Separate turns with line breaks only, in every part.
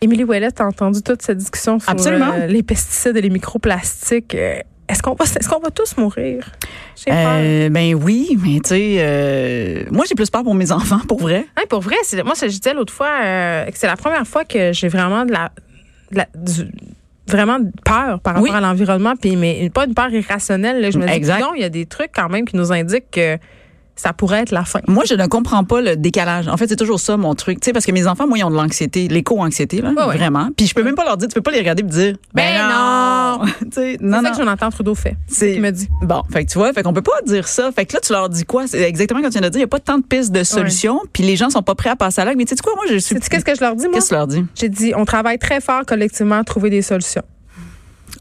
Émilie Ouellet, t'as entendu toute cette discussion sur
Absolument.
euh, les pesticides et les microplastiques. Euh, Est-ce qu'on va, est-ce qu'on va tous mourir? J'ai peur.
Euh, ben oui, mais tu sais, euh, moi j'ai plus peur pour mes enfants, pour vrai.
Hein, pour vrai, c'est- moi, je disais l'autre fois euh, que c'est la première fois que j'ai vraiment de la, de la- du- vraiment peur par rapport
Oui.
à l'environnement, puis mais pas une peur irrationnelle. là. Je me dis,
Exact.
non, il y a des trucs quand même qui nous indiquent que ça pourrait être la fin.
Moi, je ne comprends pas le décalage. En fait, c'est toujours ça mon truc, tu sais, parce que mes enfants, moi, ils ont de l'anxiété, l'éco-anxiété, là,
Ouais, ouais.
vraiment. Puis je peux même pas leur dire, tu peux pas les regarder et dire,
Ben non!
tu sais,
C'est
non,
ça
non.
que Jonathan Trudeau fait.
C'est-
Il me dit.
Bon, fait que tu vois, fait qu'on peut pas dire ça. Fait que là, tu leur dis quoi C'est exactement comme tu viens de dire. Il y a pas tant de pistes de solutions, puis les gens sont pas prêts à passer à l'acte. Mais tu sais quoi, moi, je suis.
Sais-tu qu'est-ce que je leur dis, moi?
Qu'est-ce que tu leur dis
J'ai dit, on travaille très fort collectivement à trouver des solutions.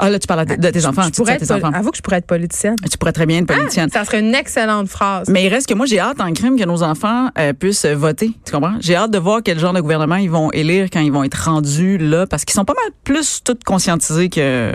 Ah là, tu parles à- de, de tes enfants.
Je
tu dis
pourrais Ah!
à
être
tes
poli-
enfants.
Avoue que je pourrais être politicienne.
Tu pourrais très bien être politicienne.
Ça serait une excellente phrase.
Mais il reste que moi, j'ai hâte en crime que nos enfants euh, puissent voter. Tu comprends? J'ai hâte de voir quel genre de gouvernement ils vont élire quand ils vont être rendus là, parce qu'ils sont pas mal plus tous conscientisés que.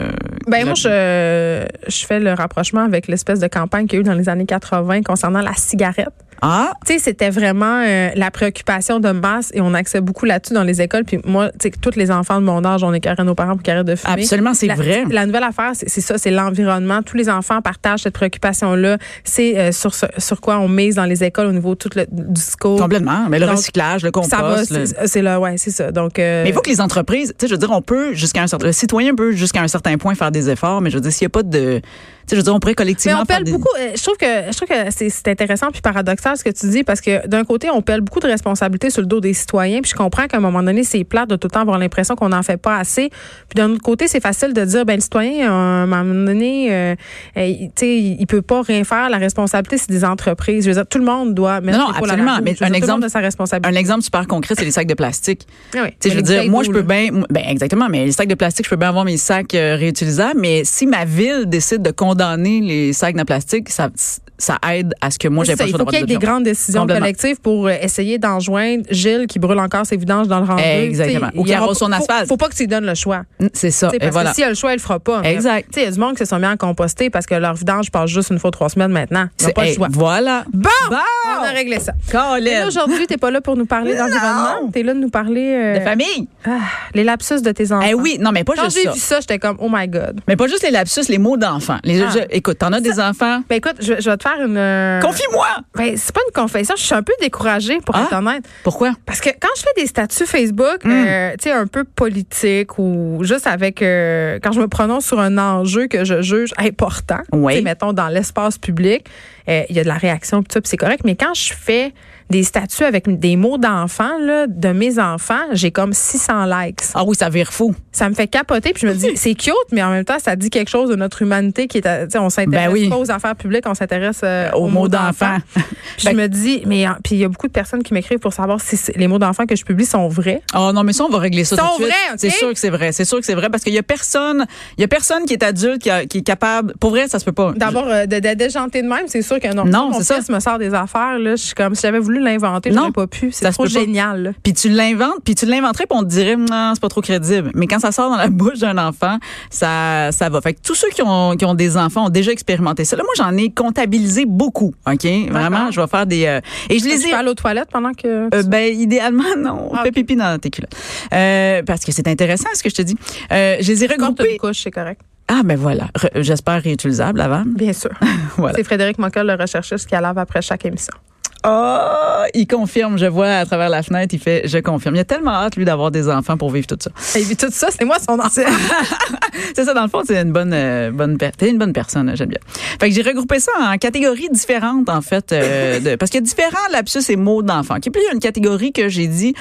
Ben
que
moi,
la-
je, je fais le rapprochement avec l'espèce de campagne qu'il y a eu dans les années 80 concernant la cigarette.
Ah,
Tu sais, c'était vraiment euh, la préoccupation de masse et on accède beaucoup là-dessus dans les écoles. Puis moi, tu sais, que tous les enfants de mon âge, on écœurait nos parents pour qu'ils arrêtent de fumer.
absolument, c'est
La-
vrai.
La nouvelle affaire, c'est c'est ça, c'est l'environnement. Tous les enfants partagent cette préoccupation-là. C'est euh, sur, ce- sur quoi on mise dans les écoles au niveau de tout le du discours.
Complètement. Mais le
Donc,
recyclage, le compost.
ça va,
le-
c'est c'est là, ouais, c'est ça. Donc, euh,
Mais il faut que les entreprises, tu sais, je veux dire, on peut jusqu'à un certain, le citoyen peut jusqu'à un certain point faire des efforts, mais je veux dire, s'il n'y a pas de, tu sais, je veux dire, on pourrait
Mais
collectivement.
on
faire
pèle
des-
beaucoup. euh, Je trouve que je trouve que c'est- c'est intéressant puis paradoxal ce que tu dis parce que d'un côté on pèle beaucoup de responsabilités sur le dos des citoyens puis je comprends qu'à un moment donné c'est plate de tout le temps avoir l'impression qu'on n'en fait pas assez puis d'un autre côté c'est facile de dire ben le citoyen à un moment donné euh, euh, il- tu sais il il peut pas rien faire la responsabilité c'est des entreprises je veux dire tout le monde doit mettre
Non, non,
l'épaule à la
absolument,
roue.
mais
Je veux dire,
un
tout le
exemple-
monde a sa responsabilité.
Un exemple super concret, c'est les sacs de plastique.
Ah oui.
Tu sais, je veux
Mais
dire,
les
moi, je peux
boules,
bien, ben exactement, mais les sacs de plastique, je peux bien avoir mes sacs euh, réutilisables, mais si ma ville décide de condamner les sacs de plastique, ça, ça aide à ce que moi, j'ai
C'est ça,
pas le
il
choix
faut
d'avoir
qu'il y ait
des
des
options.
grandes décisions
Complètement.
collectives pour euh, essayer d'enjoindre Gilles qui brûle encore ses vidanges dans le rang
Eh, Exactement. Ou qui arrose son asphalte.
Faut pas que tu lui donnes le choix.
C'est ça.
T'sais,
Et
parce
voilà.
que s'il y a le choix, il le fera pas. Mais,
Exact.
t'sais, Il y a du monde qui se sont mis à composter parce que leur vidange passe juste une fois trois semaines maintenant. Ils n'ont
C'est-
pas le
hey,
choix.
Voilà.
Bon!
Bon!
On a réglé ça.
Colin.
Mais là, aujourd'hui, t'es pas là pour nous parler d'environnement. T'es là de nous parler euh,
De famille.
ah, les lapsus de tes enfants.
Eh oui, non, mais pas
Quand
juste
j'ai
ça.
vu ça, j'étais comme, oh my God.
Mais pas juste les lapsus, les mots d'enfants. Les,
Ah.
je- écoute, t'en as des enfants.
Ben écoute, je, je vais te faire une. euh,
Confie-moi!
ben, c'est pas une confession. Je suis un peu découragée, pour
Ah.
être honnête.
Pourquoi?
Parce que quand je fais des statuts
Mm.
Facebook, euh, tu sais, un peu politique ou juste avec, euh, quand je me prononce sur un enjeu que je juge important,
Oui.
tu sais, mettons dans l'espace public, euh, il y a de la réaction, tout ça, puis c'est correct. Mais quand je fais des statuts avec des mots d'enfants, là, de mes enfants, j'ai comme 600 likes.
Ah oui, ça vire fou.
Ça me fait capoter, puis je me dis, c'est cute, mais en même temps, ça dit quelque chose de notre humanité qui est, à- tu sais, on s'intéresse
Ben oui.
pas aux affaires publiques, on s'intéresse euh,
Aux mots d'enfants.
Puis
Ben,
je me dis, mais en- puis il y a beaucoup de personnes qui m'écrivent pour savoir si c'est- les mots d'enfants que je publie sont vrais.
Oh non, mais ça, on va régler ça
Sont
tout de suite.
vrais, OK?
C'est sûr que c'est vrai. C'est sûr que c'est vrai parce qu'il y a personne, il y a personne qui est adulte, qui, a- qui est capable. Pour vrai, ça se peut pas.
D'abord, euh, de, de déjanter de même, c'est sûr que non.
Non,
Mon
c'est ça.
fils me sort des affaires, là, je suis comme, si j'avais voulu l'inventer, je
Non,
n'aurais pas pu. C'est
ça se
trop
peut pas.
génial. là.
Puis tu l'inventes, puis tu l'inventerais, puis on te dirait, non, c'est pas trop crédible. Mais quand ça sort dans la bouche d'un enfant, ça, ça va. Fait que tous ceux qui ont, qui ont des enfants ont déjà expérimenté ça. Là, moi, j'en ai comptabilisé beaucoup. OK? Vraiment, je vais faire des. euh, et je
Tu
les ai
peux aller aux toilettes pendant que...
Euh, ben, idéalement, non.
Ah,
Fais pipi dans tes culottes. Euh, parce que c'est intéressant ce que je te dis. Euh, je les ai
Quand tu
regroupés.
une couche, c'est correct.
Ah, ben voilà. Re- J'espère réutilisable avant.
Bien sûr.
Voilà.
C'est Frédéric Mockel, le recherchiste, qui a lave après chaque émission.
Oh, il confirme. Je vois à travers la fenêtre, il fait je confirme. Il a tellement hâte, lui, d'avoir des enfants pour vivre tout ça.
Et puis tout ça, c'est moi son ancien.
C'est ça, dans le fond, c'est une bonne, euh, bonne, per- t'es une bonne personne, hein, j'aime bien. Fait que j'ai regroupé ça en catégories différentes, en fait, euh, de- parce qu'il y a différents lapsus et mots d'enfants. Puis il y a une catégorie que j'ai dit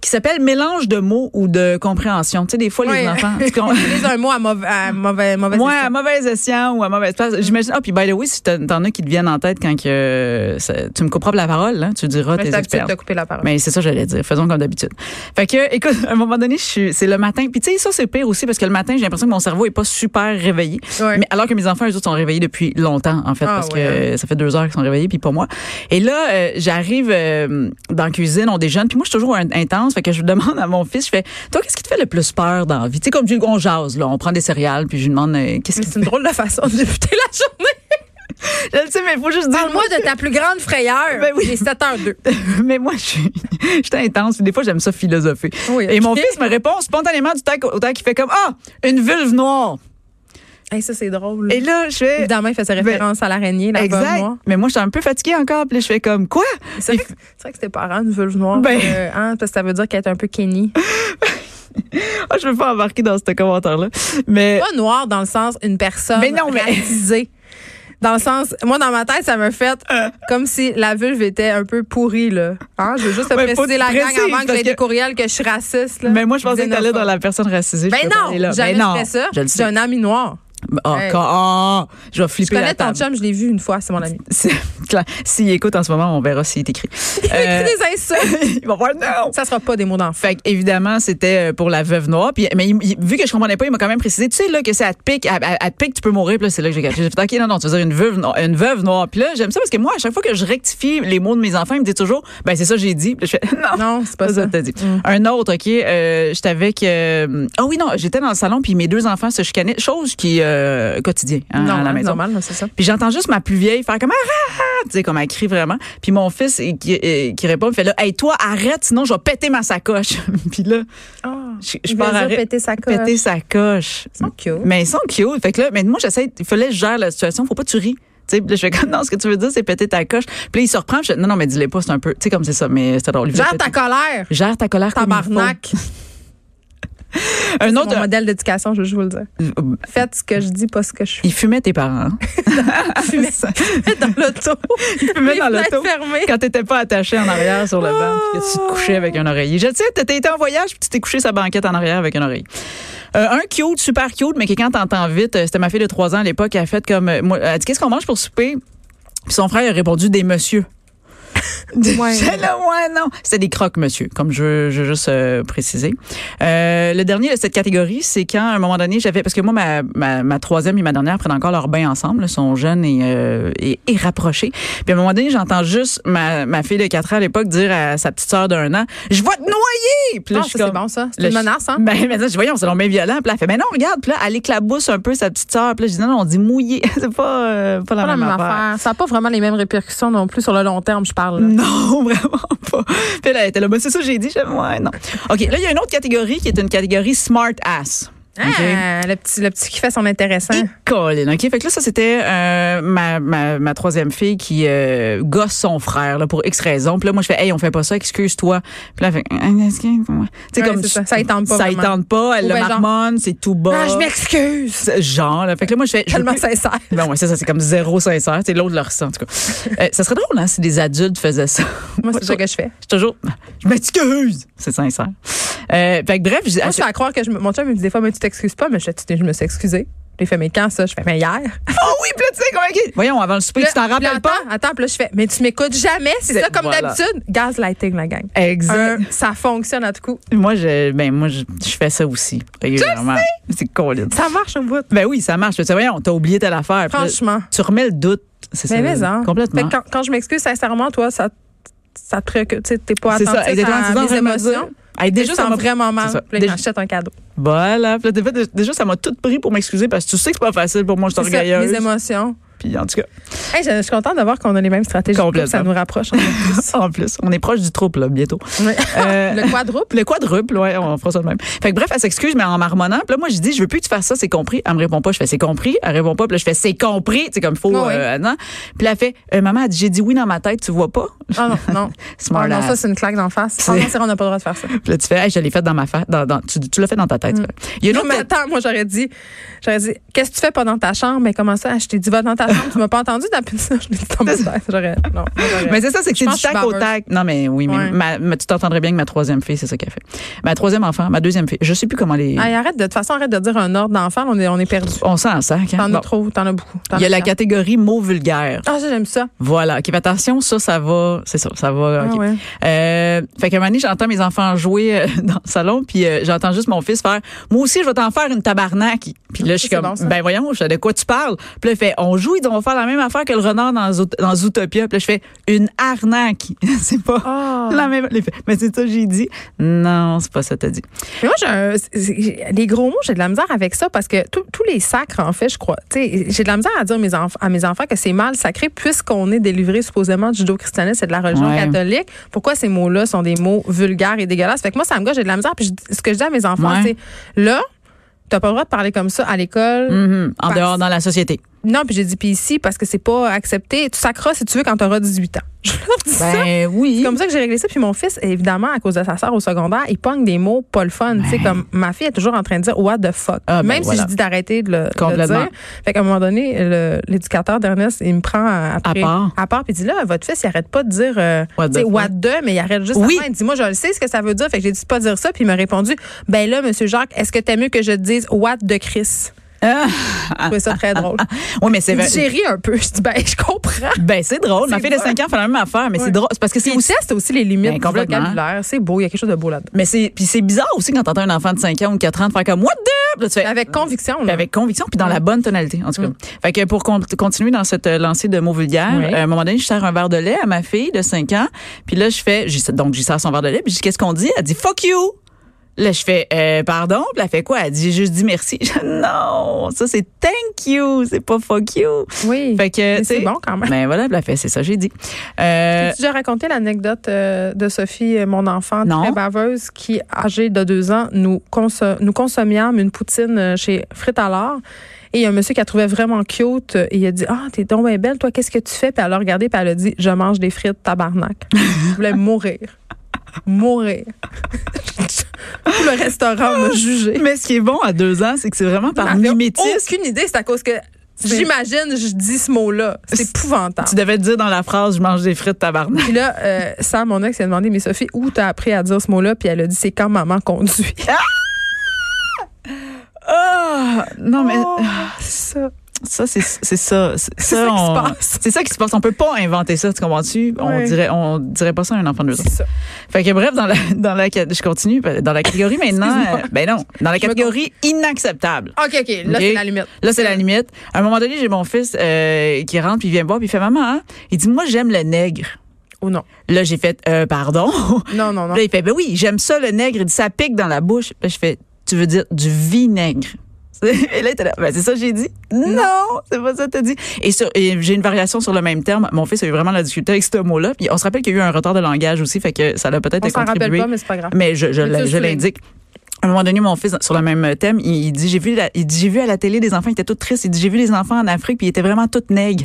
qui s'appelle mélange de mots ou de compréhension. Tu sais, des fois, les
Ouais.
enfants, tu com-
Utilise un mot à mauvais, à mauvais, mauvais
Moi,
escient.
à mauvaise escient ou à mauvaise place. J'imagine. Ah, puis by the way, si t'en t'en as qui te viennent en tête quand que, euh, ça- tu me couperas la parole, hein, tu diras
Mais
tes
c'est habitué de
experts.
te couper la parole.
Mais Ben, c'est ça, que j'allais dire. Faisons comme d'habitude. Fait que, écoute, à un moment donné, je suis- c'est le matin. Puis tu sais, ça c'est pire aussi parce que le matin, j'ai l'impression que mon cerveau est pas super réveillé.
Ouais.
Mais alors que mes enfants, eux autres, sont réveillés depuis longtemps, en fait,
Ah,
parce
ouais,
que ça fait deux heures qu'ils sont réveillés, puis pour moi. Et là, euh, j'arrive euh, dans la cuisine, on déjeune, puis moi, je suis toujours un- intense, fait que je demande à mon fils, je fais, toi, qu'est-ce qui te fait le plus peur dans la vie? Tu sais, comme tu- on jase, là, on prend des céréales, puis je lui demande, euh, qu'est-ce
Mais
qui te
c'est une drôle de façon de débuter la journée.
Je le sais, mais il faut juste dire.
Parle-moi de ta plus grande frayeur.
Ben oui.
Il est 7h02.
mais moi, je suis, je suis intense. puis Des fois, j'aime ça philosopher.
Oui,
Et mon
ok.
fils me répond spontanément du tac au tac. Il fait comme Ah, une vulve noire.
Mm. Hey, ça, c'est drôle.
Et là, je fais.
Évidemment, il faisait référence à l'araignée, la
exact.
veuve noire.
Mais moi, je suis un peu fatiguée encore. Puis là, je fais comme quoi?
C'est vrai que c'est vrai que c'était parent, une vulve noire.
Ben.
euh, hein, parce que ça veut dire qu'elle est un peu Kenny.
Ah, je veux pas embarquer dans ce commentaire-là. Mais.
Pas noire dans le sens une personne
Mais Ben non, mais-
racisée. Dans le sens, moi, dans ma tête, ça me fait
Euh.
comme si la vulve était un peu pourrie, là. Hein? Je veux juste te
Ouais, faut
préciser la
te
gang
préciser,
avant que
parce
j'ai des
que-
courriels que je suis raciste, là.
Mais moi, je pensais que t'allais
Xénophobe.
dans la personne racisée.
Ben
Je peux pas aller
non,
là.
jamais
Ben non,
je fais ça.
Je le
J'ai
sais.
un ami noir.
Ah,
Hey.
quand- ah, je vais
Je
flipper
connais
la
ton
table.
chum, je l'ai vu une fois, c'est mon ami.
C'est clair. S'il écoute en ce moment, on verra s'il est écrit. Euh,
Écris des insultes,
il va voir non.
hein, ça sera pas des mots d'enfant.
Fait que, évidemment, c'était euh, pour la veuve noire. Puis, mais il- il- vu que je comprenais pas, il m'a quand même précisé, tu sais, là, que ça te pique, à, à- à te pique, tu peux mourir. Puis là, c'est là que j'ai caché. J'ai fait, OK, non, non, tu veux dire une veuve, noire- une veuve noire. Puis là, j'aime ça parce que moi, à chaque fois que je rectifie les mots de mes enfants, ils me disent toujours, ben, c'est ça, que j'ai dit. Puis là, je fais, non.
Non, c'est pas
Pas ça,
ça.
que t'as dit. Un autre, OK. euh, j'étais avec. euh, Ah oui, non, j'étais dans le salon, puis mes deux enfants se chicanaient. Chose qui est euh, quotidien hein, à la
Normal,
maison.
normal, c'est ça.
Puis j'entends juste ma plus vieille faire comme ah, ah, ah tu sais comme elle crie vraiment. Puis mon fils eh, qui, eh, qui répond il fait là hey toi arrête sinon je vais péter ma sacoche. puis là je, je
Il
pars
veut dire
arrêter-
péter sa coche.
péter sa coche.
sont cute.
Mais ils sont cute. Fait que là mais moi j'essaie il fallait que je gère la situation, faut pas que tu ris. Tu sais, puis là, je fais comme, non, ce que tu veux dire, c'est péter ta coche. Puis là, il se reprend, puis je fais, non, non, mais dis-les pas, c'est un peu, tu sais, comme c'est ça, mais c'était drôle. Il voulait
Gère ta
péter-
colère,
Gère ta colère comme il faut.
tabarnak.
Un
C'est
autre, euh,
mon modèle d'éducation, je veux juste vous le dire. Faites ce que je dis, pas ce que je
il fumait tes parents.
fais.
Ça-
fumais dans l'auto.
il fumait
Les
dans l'auto.
fenêtres fermées.
Quand t'étais pas attaché en arrière sur le banc, puis que tu te couchais avec un oreiller. Je sais, t'étais été en voyage, puis tu t'es couché sa banquette en arrière avec un oreiller. Euh, un cute, super cute, mais que quand t'entends vite, euh, c'était ma fille de 3 ans à l'époque, elle a fait comme, euh, moi, elle a dit, qu'est-ce qu'on mange pour souper? Puis son frère il a répondu, des monsieur.
Ouais.
J'étais là, ouais, non. C'était des crocs, monsieur, comme je veux, je veux juste euh, préciser. Euh, le dernier de cette catégorie, c'est quand, à un moment donné, j'avais. Parce que moi, ma, ma, ma troisième et ma dernière prennent encore leur bain ensemble, là, sont jeunes et, euh, et, et rapprochés. Puis à un moment donné, j'entends juste ma, ma fille de 4 ans à l'époque dire à sa petite sœur d'un an Je vais te noyer Puis là,
Non,
je suis
Ah, ça, c'est
comme-
bon, ça. C'est
Là,
une
je-
menace, hein?
Ben, maintenant, je dis, voyons, c'est donc bien violent. Puis là, elle fait, mais non, regarde. Puis là, elle éclabousse un peu sa petite sœur. Puis là, je dis, non, non, on dit mouiller. c'est pas, euh, pas la
Pas
même, affaire.
Ça n'a pas vraiment les mêmes répercussions non plus sur le long terme, je parle. là.
Non, vraiment pas. Puis là, elle était là, Ben, c'est ça que j'ai dit, j'aime, ouais, non. OK, là, il y a une autre catégorie qui est une catégorie smart ass.
Ah, le, petit, le petit qui fait son intéressant.
Et Colin, OK? Fait que là, ça, c'était euh, ma, ma, ma troisième fille qui euh, gosse son frère là, pour X raison. Puis là, moi, je fais, hey, on fait pas ça, excuse-toi. Puis là, elle fait, Ah, excuse-moi. Tu sais,
Ouais,
comme,
c'est ça. Ça, elle tente pas
Ça, elle
vraiment.
tente pas, elle
Ou
le
ben, genre,
marmonne, c'est tout bas.
Ah, je m'excuse.
Genre, là. Fait que là, moi, je fais, je veux
Tellement
plus-
sincère.
Ben ouais, ça, ça c'est comme zéro sincère. C'est l'autre le ressent, en tout cas. Euh, ça serait drôle, hein, si des adultes faisaient ça.
Moi, Ah, c'est ça que je fais. Moi,
Je suis toujours, je m'excuse. C'est sincère. Euh, fait que bref, j'ai-
je suis à croire que je me- mon chum me dit des fois, mais tu t'excuses pas, mais je, fais, je me suis excusée. J'ai fait, mais quand ça? Je fais, mais hier.
oh oui, puis là, tu sais comment qu'il- Voyons, avant le souper, tu
Puis là,
t'en
puis là,
rappelles pas?
Attends, attends, puis là, je fais, mais tu m'écoutes jamais, c'est
C'est-
ça comme
voilà.
d'habitude? Gaslighting, la gang. Un,
Exact.
ça fonctionne à tout coup.
Moi, je, ben, moi, je, je fais ça aussi. Régulièrement. C'est cool.
Ça marche au bout.
Ben oui, ça marche. Tu sais, voyons, t'as oublié telle affaire. Puis là,
Franchement.
Tu remets le doute. C'est
Mais
ça.
Ben, mais en. Fait
Complètement.
que quand, quand je m'excuse, sincèrement, toi, ça, ça te préoccupe. Tu sais, t'es pas
C'est
attentif
ça, exactement.
à
C'est ça, en
mes
train de me dire.
émotions.
Hey,
Déjà,
déjà, ça m'a
vraiment mal.
c'est ça.
Puis là,
Déjà-
j'achète un cadeau.
Voilà. Puis là, t'as fait- déjà, ça m'a tout pris pour m'excuser parce que tu sais que c'est pas facile pour moi, je suis
C'est ça,
orgueilleuse.
les émotions.
Puis en tout cas,
Hey, je, je suis contente de voir qu'on a les mêmes stratégies.
Complètement.
Ça nous rapproche. encore plus.
en plus, on est proche du trouble, là, bientôt.
Oui.
Euh,
Le quadruple.
Le quadruple, ouais, on fera ça de même. Fait que bref, elle s'excuse, mais en marmonnant. Puis là, moi, je dis, je veux plus que tu fasses ça, c'est compris. Elle me répond pas, je fais, c'est compris. Elle répond pas, puis là, je fais, c'est compris. C'est comme faux,
Oui, oui.
euh, non. Puis là, elle fait, Euh, maman, elle dit, j'ai dit oui dans ma tête, tu vois pas?
Ah non, non.
Smart
Ah non, ça,
ass.
c'est une claque d'en face. Ah
C'est-
non, c'est vrai, on n'a pas le droit de faire ça.
Puis là, tu fais, hey, je l'ai fait dans ma face. Dans, dans- tu tu l'as fait dans ta tête. Il y a une
Non,
autre
mais attends, moi, j'aurais dit, j'aurais dit, qu'est-ce que tu fais pas dans ta chambre? Mais comment ça? Ah, Je t'ai dit, va dans ta chambre. Tu m'as pas entendu d'appeler ça. Je l'ai dit dans ma tête. J'aurais, non. moi, j'aurais-
Mais Ben, c'est ça, c'est que
Je
c'est du
pense que je suis
tac au
baveuse.
tac. Non, mais oui, mais
Ouais.
ma- ma- tu t'entendrais bien que ma troisième fille, c'est ça qu'elle fait. Ma troisième enfant, ma deuxième fille, je sais plus comment les.
Hey, arrête de, de toute façon, arrête de dire un ordre d'enfant. On est, on est perdu.
on s'en sert. hein?
T'en
Bon.
as trop, t'en as beaucoup. T'en
Il y a
as
la
quatre.
catégorie mots vulgaires.
Ah, ça, j'aime ça.
Voilà. OK, mais attention, ça, ça va. C'est ça, ça va.
Ah
ok.
ouais.
Euh, fait qu'à un moment donné, j'entends mes enfants jouer euh, dans le salon, puis euh, j'entends juste mon fils faire Moi aussi, je vais t'en faire une tabarnak. Puis là, je suis
c'est
comme
bon, ça.
Ben voyons, je sais de quoi tu parles. Puis là, il fait On joue ils ont faire la même affaire que le renard dans, Zoot- dans Zootopia. Puis là, je fais une arnaque. c'est pas
Ah.
la même. les faits. Mais c'est ça que j'ai dit. Non, c'est pas ça que t'as dit.
Mais moi, j'ai un- c'est- j'ai- les gros mots, j'ai de la misère avec ça parce que tous- tous les sacres, en fait, je crois. Tu sais, J'ai de la misère à dire à mes, enf- à mes enfants que c'est mal sacré puisqu'on est délivré supposément du judo-christianisme et de la religion
Ouais.
catholique. Pourquoi ces mots-là sont des mots vulgaires et dégueulasses? Fait que moi, ça me gâche, j'ai de la misère. Puis je- ce que je dis à mes enfants,
Ouais.
c'est là, t'as pas le droit de parler comme ça à l'école.
Mhm. En
Mm-hmm. Parce-
dehors, dans la société.
Non, puis j'ai dit, puis ici, parce que c'est pas accepté. Tu sacras si tu veux quand t'auras 18 ans. Je leur dis ça.
Ben
C'est
oui.
comme ça que j'ai réglé ça. Puis mon fils, évidemment, à cause de sa sœur au secondaire, il pogne des mots pas le fun. Tu sais, comme ma fille est toujours en train de dire What the fuck.
Ah, ben
Même
voilà.
si je dis d'arrêter de le, de le
Complètement.
dire. Fait qu'à un moment donné, le- l'éducateur d'Ernest, il me prend à, après-
À part.
À part, puis il dit là, votre fils, il arrête pas de dire euh,
What
tu sais,
the fuck.
what the, mais il arrête juste
Oui.
à la fin. Il dit Moi, je le sais ce que ça veut dire. Fait que j'ai dit de pas dire ça. Puis il m'a répondu Ben là, monsieur Jacques, est-ce que t'es mieux que je te dise What de Chris?
Ah.
Je trouvais ça très drôle.
Oui, mais c'est
Il
vrai.
dit, J'ai ri un peu. Je dis Ben, je comprends.
Ben c'est drôle. Ma
C'est
fille de
drôle.
5 ans fait la même affaire, mais c'est
Ouais.
drôle. C'est parce que c'est
Puis
aussi.
il teste aussi les
Ben,
limites du
complètement.
vocabulaire. C'est beau. Il y a quelque chose de beau là-dedans.
Mais c'est puis c'est bizarre aussi quand t'entends un enfant de 5 ans ou de 4 ans de faire comme what the Puis là, tu fais-
Ah. Avec conviction.
Puis
Là.
avec conviction, puis dans la bonne tonalité, en tout cas. Fait que pour con- continuer dans cette euh, lancée de mots vulgaires,
Oui.
euh, à un moment donné, je sers un verre de lait à ma fille de 5 ans, puis là, je fais, j'y- donc j'y sers son verre de lait, puis je dis, qu'est-ce qu'on dit? Elle dit, fuck you! Là, je fais, euh, pardon, puis elle fait quoi? Elle dit, juste dit merci. Je dis, non, ça c'est thank you, c'est pas fuck you.
Oui.
Fait que,
Mais c'est
tu sais,
bon quand même.
Ben voilà, puis elle fait, c'est ça, j'ai dit. Euh,
J'ai déjà raconté l'anecdote euh, de Sophie, euh, mon enfant
Non.
très baveuse, qui, âgée de deux ans, nous, conso- nous consommiâmes une poutine euh, chez Frites à l'or. Et il y a un monsieur qui la trouvait vraiment cute. euh, Et il a dit Ah, t'es donc bien belle, toi, qu'est-ce que tu fais? Puis elle a regardé, puis elle a dit Je mange des frites, tabarnak. Je voulais mourir. Mourir. Tout le restaurant m'a jugé.
mais ce qui est bon à deux ans, c'est que c'est vraiment par
J'avais
mimétisme.
aucune idée, c'est à cause que j'imagine, je dis ce mot-là. C'est épouvantable.
Tu devais dire dans la phrase, je mange des frites tabarnak.
Puis là, euh, Sam, mon ex, il a demandé, mais Sophie, où t'as appris à dire ce mot-là? Puis elle a dit, c'est quand maman conduit.
Ah! non, mais.
Oh, ça.
Ça, c'est c'est ça. C'est ça,
ça qui se
on-
passe.
C'est ça qui se passe. On peut pas inventer ça, tu comprends-tu? On,
Ouais.
dirait, on dirait pas ça à un enfant de deux ans.
C'est ça.
Fait que bref, dans la, dans la, cat- je continue, dans la catégorie maintenant,
Excuse-moi.
euh, ben non, dans la
Je me
catégorie inacceptable.
OK, OK. Là,
Ok.
c'est la limite.
Là, c'est la limite. À un moment donné, j'ai mon fils euh, qui rentre, puis il vient me voir, puis il fait « Maman, hein? il dit « Moi, j'aime le nègre.
Ou non. »
Là, j'ai fait euh, Pardon? »
Non, non, non.
Là, il fait « Ben oui, j'aime ça, le nègre. » Il dit « Ça pique dans la bouche. » Là, je fais « Tu veux dire du vinaigre? » Et là, il était là, ben, c'est ça que j'ai dit. Non, c'est pas ça que t'as dit. Et, sur- et j'ai une variation sur le même terme. Mon fils a eu vraiment la difficulté avec ce mot-là. Puis on se rappelle qu'il y a eu un retard de langage aussi, fait que ça l'a peut-être
On s'en rappelle
contribué.
pas, mais c'est pas grave.
Mais je, je,
Mais tu
l'ai-
le
je
soulignes.
l'indique. À un moment donné, mon fils, sur le même euh, thème, il, il dit, j'ai vu, la- il dit, j'ai vu à la télé des enfants, ils étaient tous tristes. Il dit, j'ai vu les enfants en Afrique, puis ils étaient vraiment tous nègres.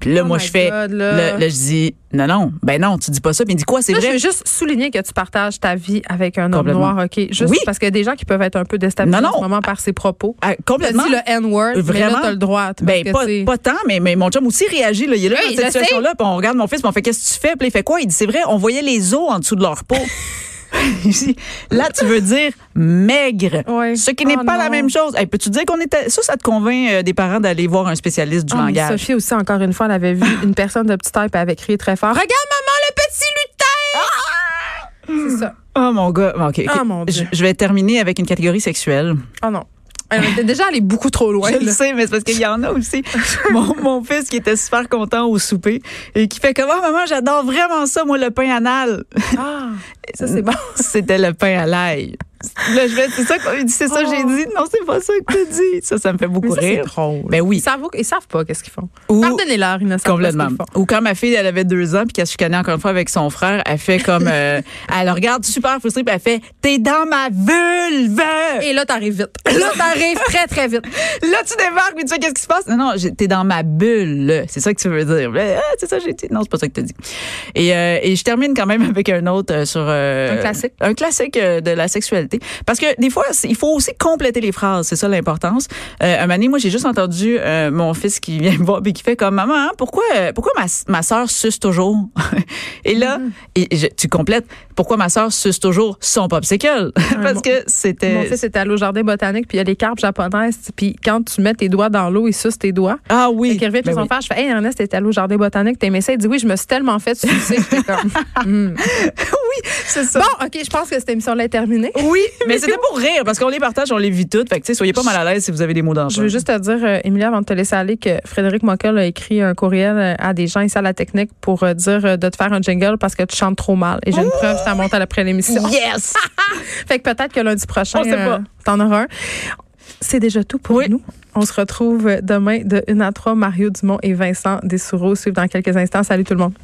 Puis là,
Oh
moi,
my
je fais,
God,
là,
là.
là, je dis, non, non, ben non, tu dis pas ça. Puis il dit, quoi, c'est
Là, je
vrai?
veux juste souligner que tu partages ta vie avec un homme
Complètement.
noir, OK? Juste
Oui.
parce que des gens qui peuvent être un peu déstabilisés
Non,
en
non.
ce moment par ses propos.
Ah,
T'as
complètement.
dit le N-word, mais là,
Vraiment.
t'as le droit. parce
Ben,
que
pas,
c'est-
pas tant, mais, mais mon chum aussi réagit. Là. Il est là
Oui, je
dans cette situation-là, puis on regarde mon fils, puis on fait Qu'est-ce que tu fais? Puis là, il fait quoi? Il dit C'est vrai, on voyait les os en dessous de leur peau. Je dis, là, tu veux dire maigre.
Ouais.
Ce qui n'est
Ah,
pas la
non.
même chose. Hey, Peux-tu dire qu'on était. Ça, ça te convainc euh, des parents d'aller voir un spécialiste du
Ah, mais
langage?
Sophie aussi, encore une fois, elle avait vu une personne de petite taille, puis elle avait crié très fort Regarde, maman, le petit
Ah!
lutin! C'est ça.
Oh mon gars. OK. ok.
Ah, mon Dieu.
Je, je vais terminer avec une catégorie sexuelle.
Oh non. Elle était déjà allée beaucoup trop loin.
Je le
là.
sais, mais c'est parce qu'il y en a aussi. mon, mon fils qui était super content au souper et qui fait comme Ah, maman, j'adore vraiment ça, moi, le pain anal.
Ah, ça c'est bon.
C'était le pain à l'ail. Là, je vais, c'est ça qu'on dit, c'est ça que
Oh.
j'ai dit. Non, c'est pas ça que t'as dit. Ça, ça me fait beaucoup rire.
drôle.
Ben oui.
Ils savent, ils savent pas qu'est-ce qu'ils font.
Ou-
Pardonnez-leur, ils ne savent
Complètement.
pas ce
Ou quand ma fille, elle avait deux ans, puis qu'elle se chicanait encore une fois avec son frère, elle fait comme, euh, elle le regarde super frustrée, puis elle fait, t'es dans ma
qu'ils
vulve!
font. Et là, t'arrives vite. Là, t'arrives très, très vite.
Là, tu débarques, puis tu sais, qu'est-ce qui se passe? Non, non, j'ai- t'es dans ma bulle. C'est ça que tu veux dire. Ben, ah, c'est ça, que j'ai dit. Non, c'est pas ça que t'as dit. Et, euh, et je termine quand même avec un autre euh, sur. euh,
Un classique.
Un classique euh, de la sexualité. Parce que des fois, c'est- il faut aussi compléter les phrases. C'est ça l'importance. Euh, un moment donné, moi, j'ai juste entendu euh, mon fils qui vient me voir, puis qui fait comme Maman, hein, pourquoi, euh, pourquoi ma, ma soeur suce toujours? et là,
Mm-hmm.
et je- tu complètes Pourquoi ma soeur suce toujours son popsicle? Parce que c'était.
Mon fils fils était allé au jardin botanique, puis il y a les carpes japonaises. Puis quand tu mets tes doigts dans l'eau, ils sucent tes doigts.
Ah oui.
Fait qu'il revient, puis
Ben
son
oui.
père, je fais, hey, Ernest, t'es allé au jardin botanique, t'aimais ça? Il dit, oui, je me suis tellement fait sucer. J'étais comme, hmm.
oui, c'est ça.
Bon, OK, je pense que cette émission-là est terminée.
Oui, mais c'était pour rire parce qu'on les partage, on les vit toutes. Fait que tu sais, soyez pas mal à l'aise si vous avez des mots d'enjeu.
Je veux juste te dire, euh, Emilia, avant de te laisser aller, que Frédéric Mockel a écrit un courriel euh, à des gens ici à la technique pour euh, dire euh, de te faire un jingle parce que tu chantes trop mal. Et j'ai une preuve, ça monte à l'après l'émission.
Yes.
Fait que peut-être que lundi prochain,
On sait pas.
euh, t'en auras un. C'est déjà tout pour
Oui.
nous. On se retrouve demain de 1 à 3. Mario Dumont et Vincent Dessoureau suivent dans quelques instants. Salut tout le monde.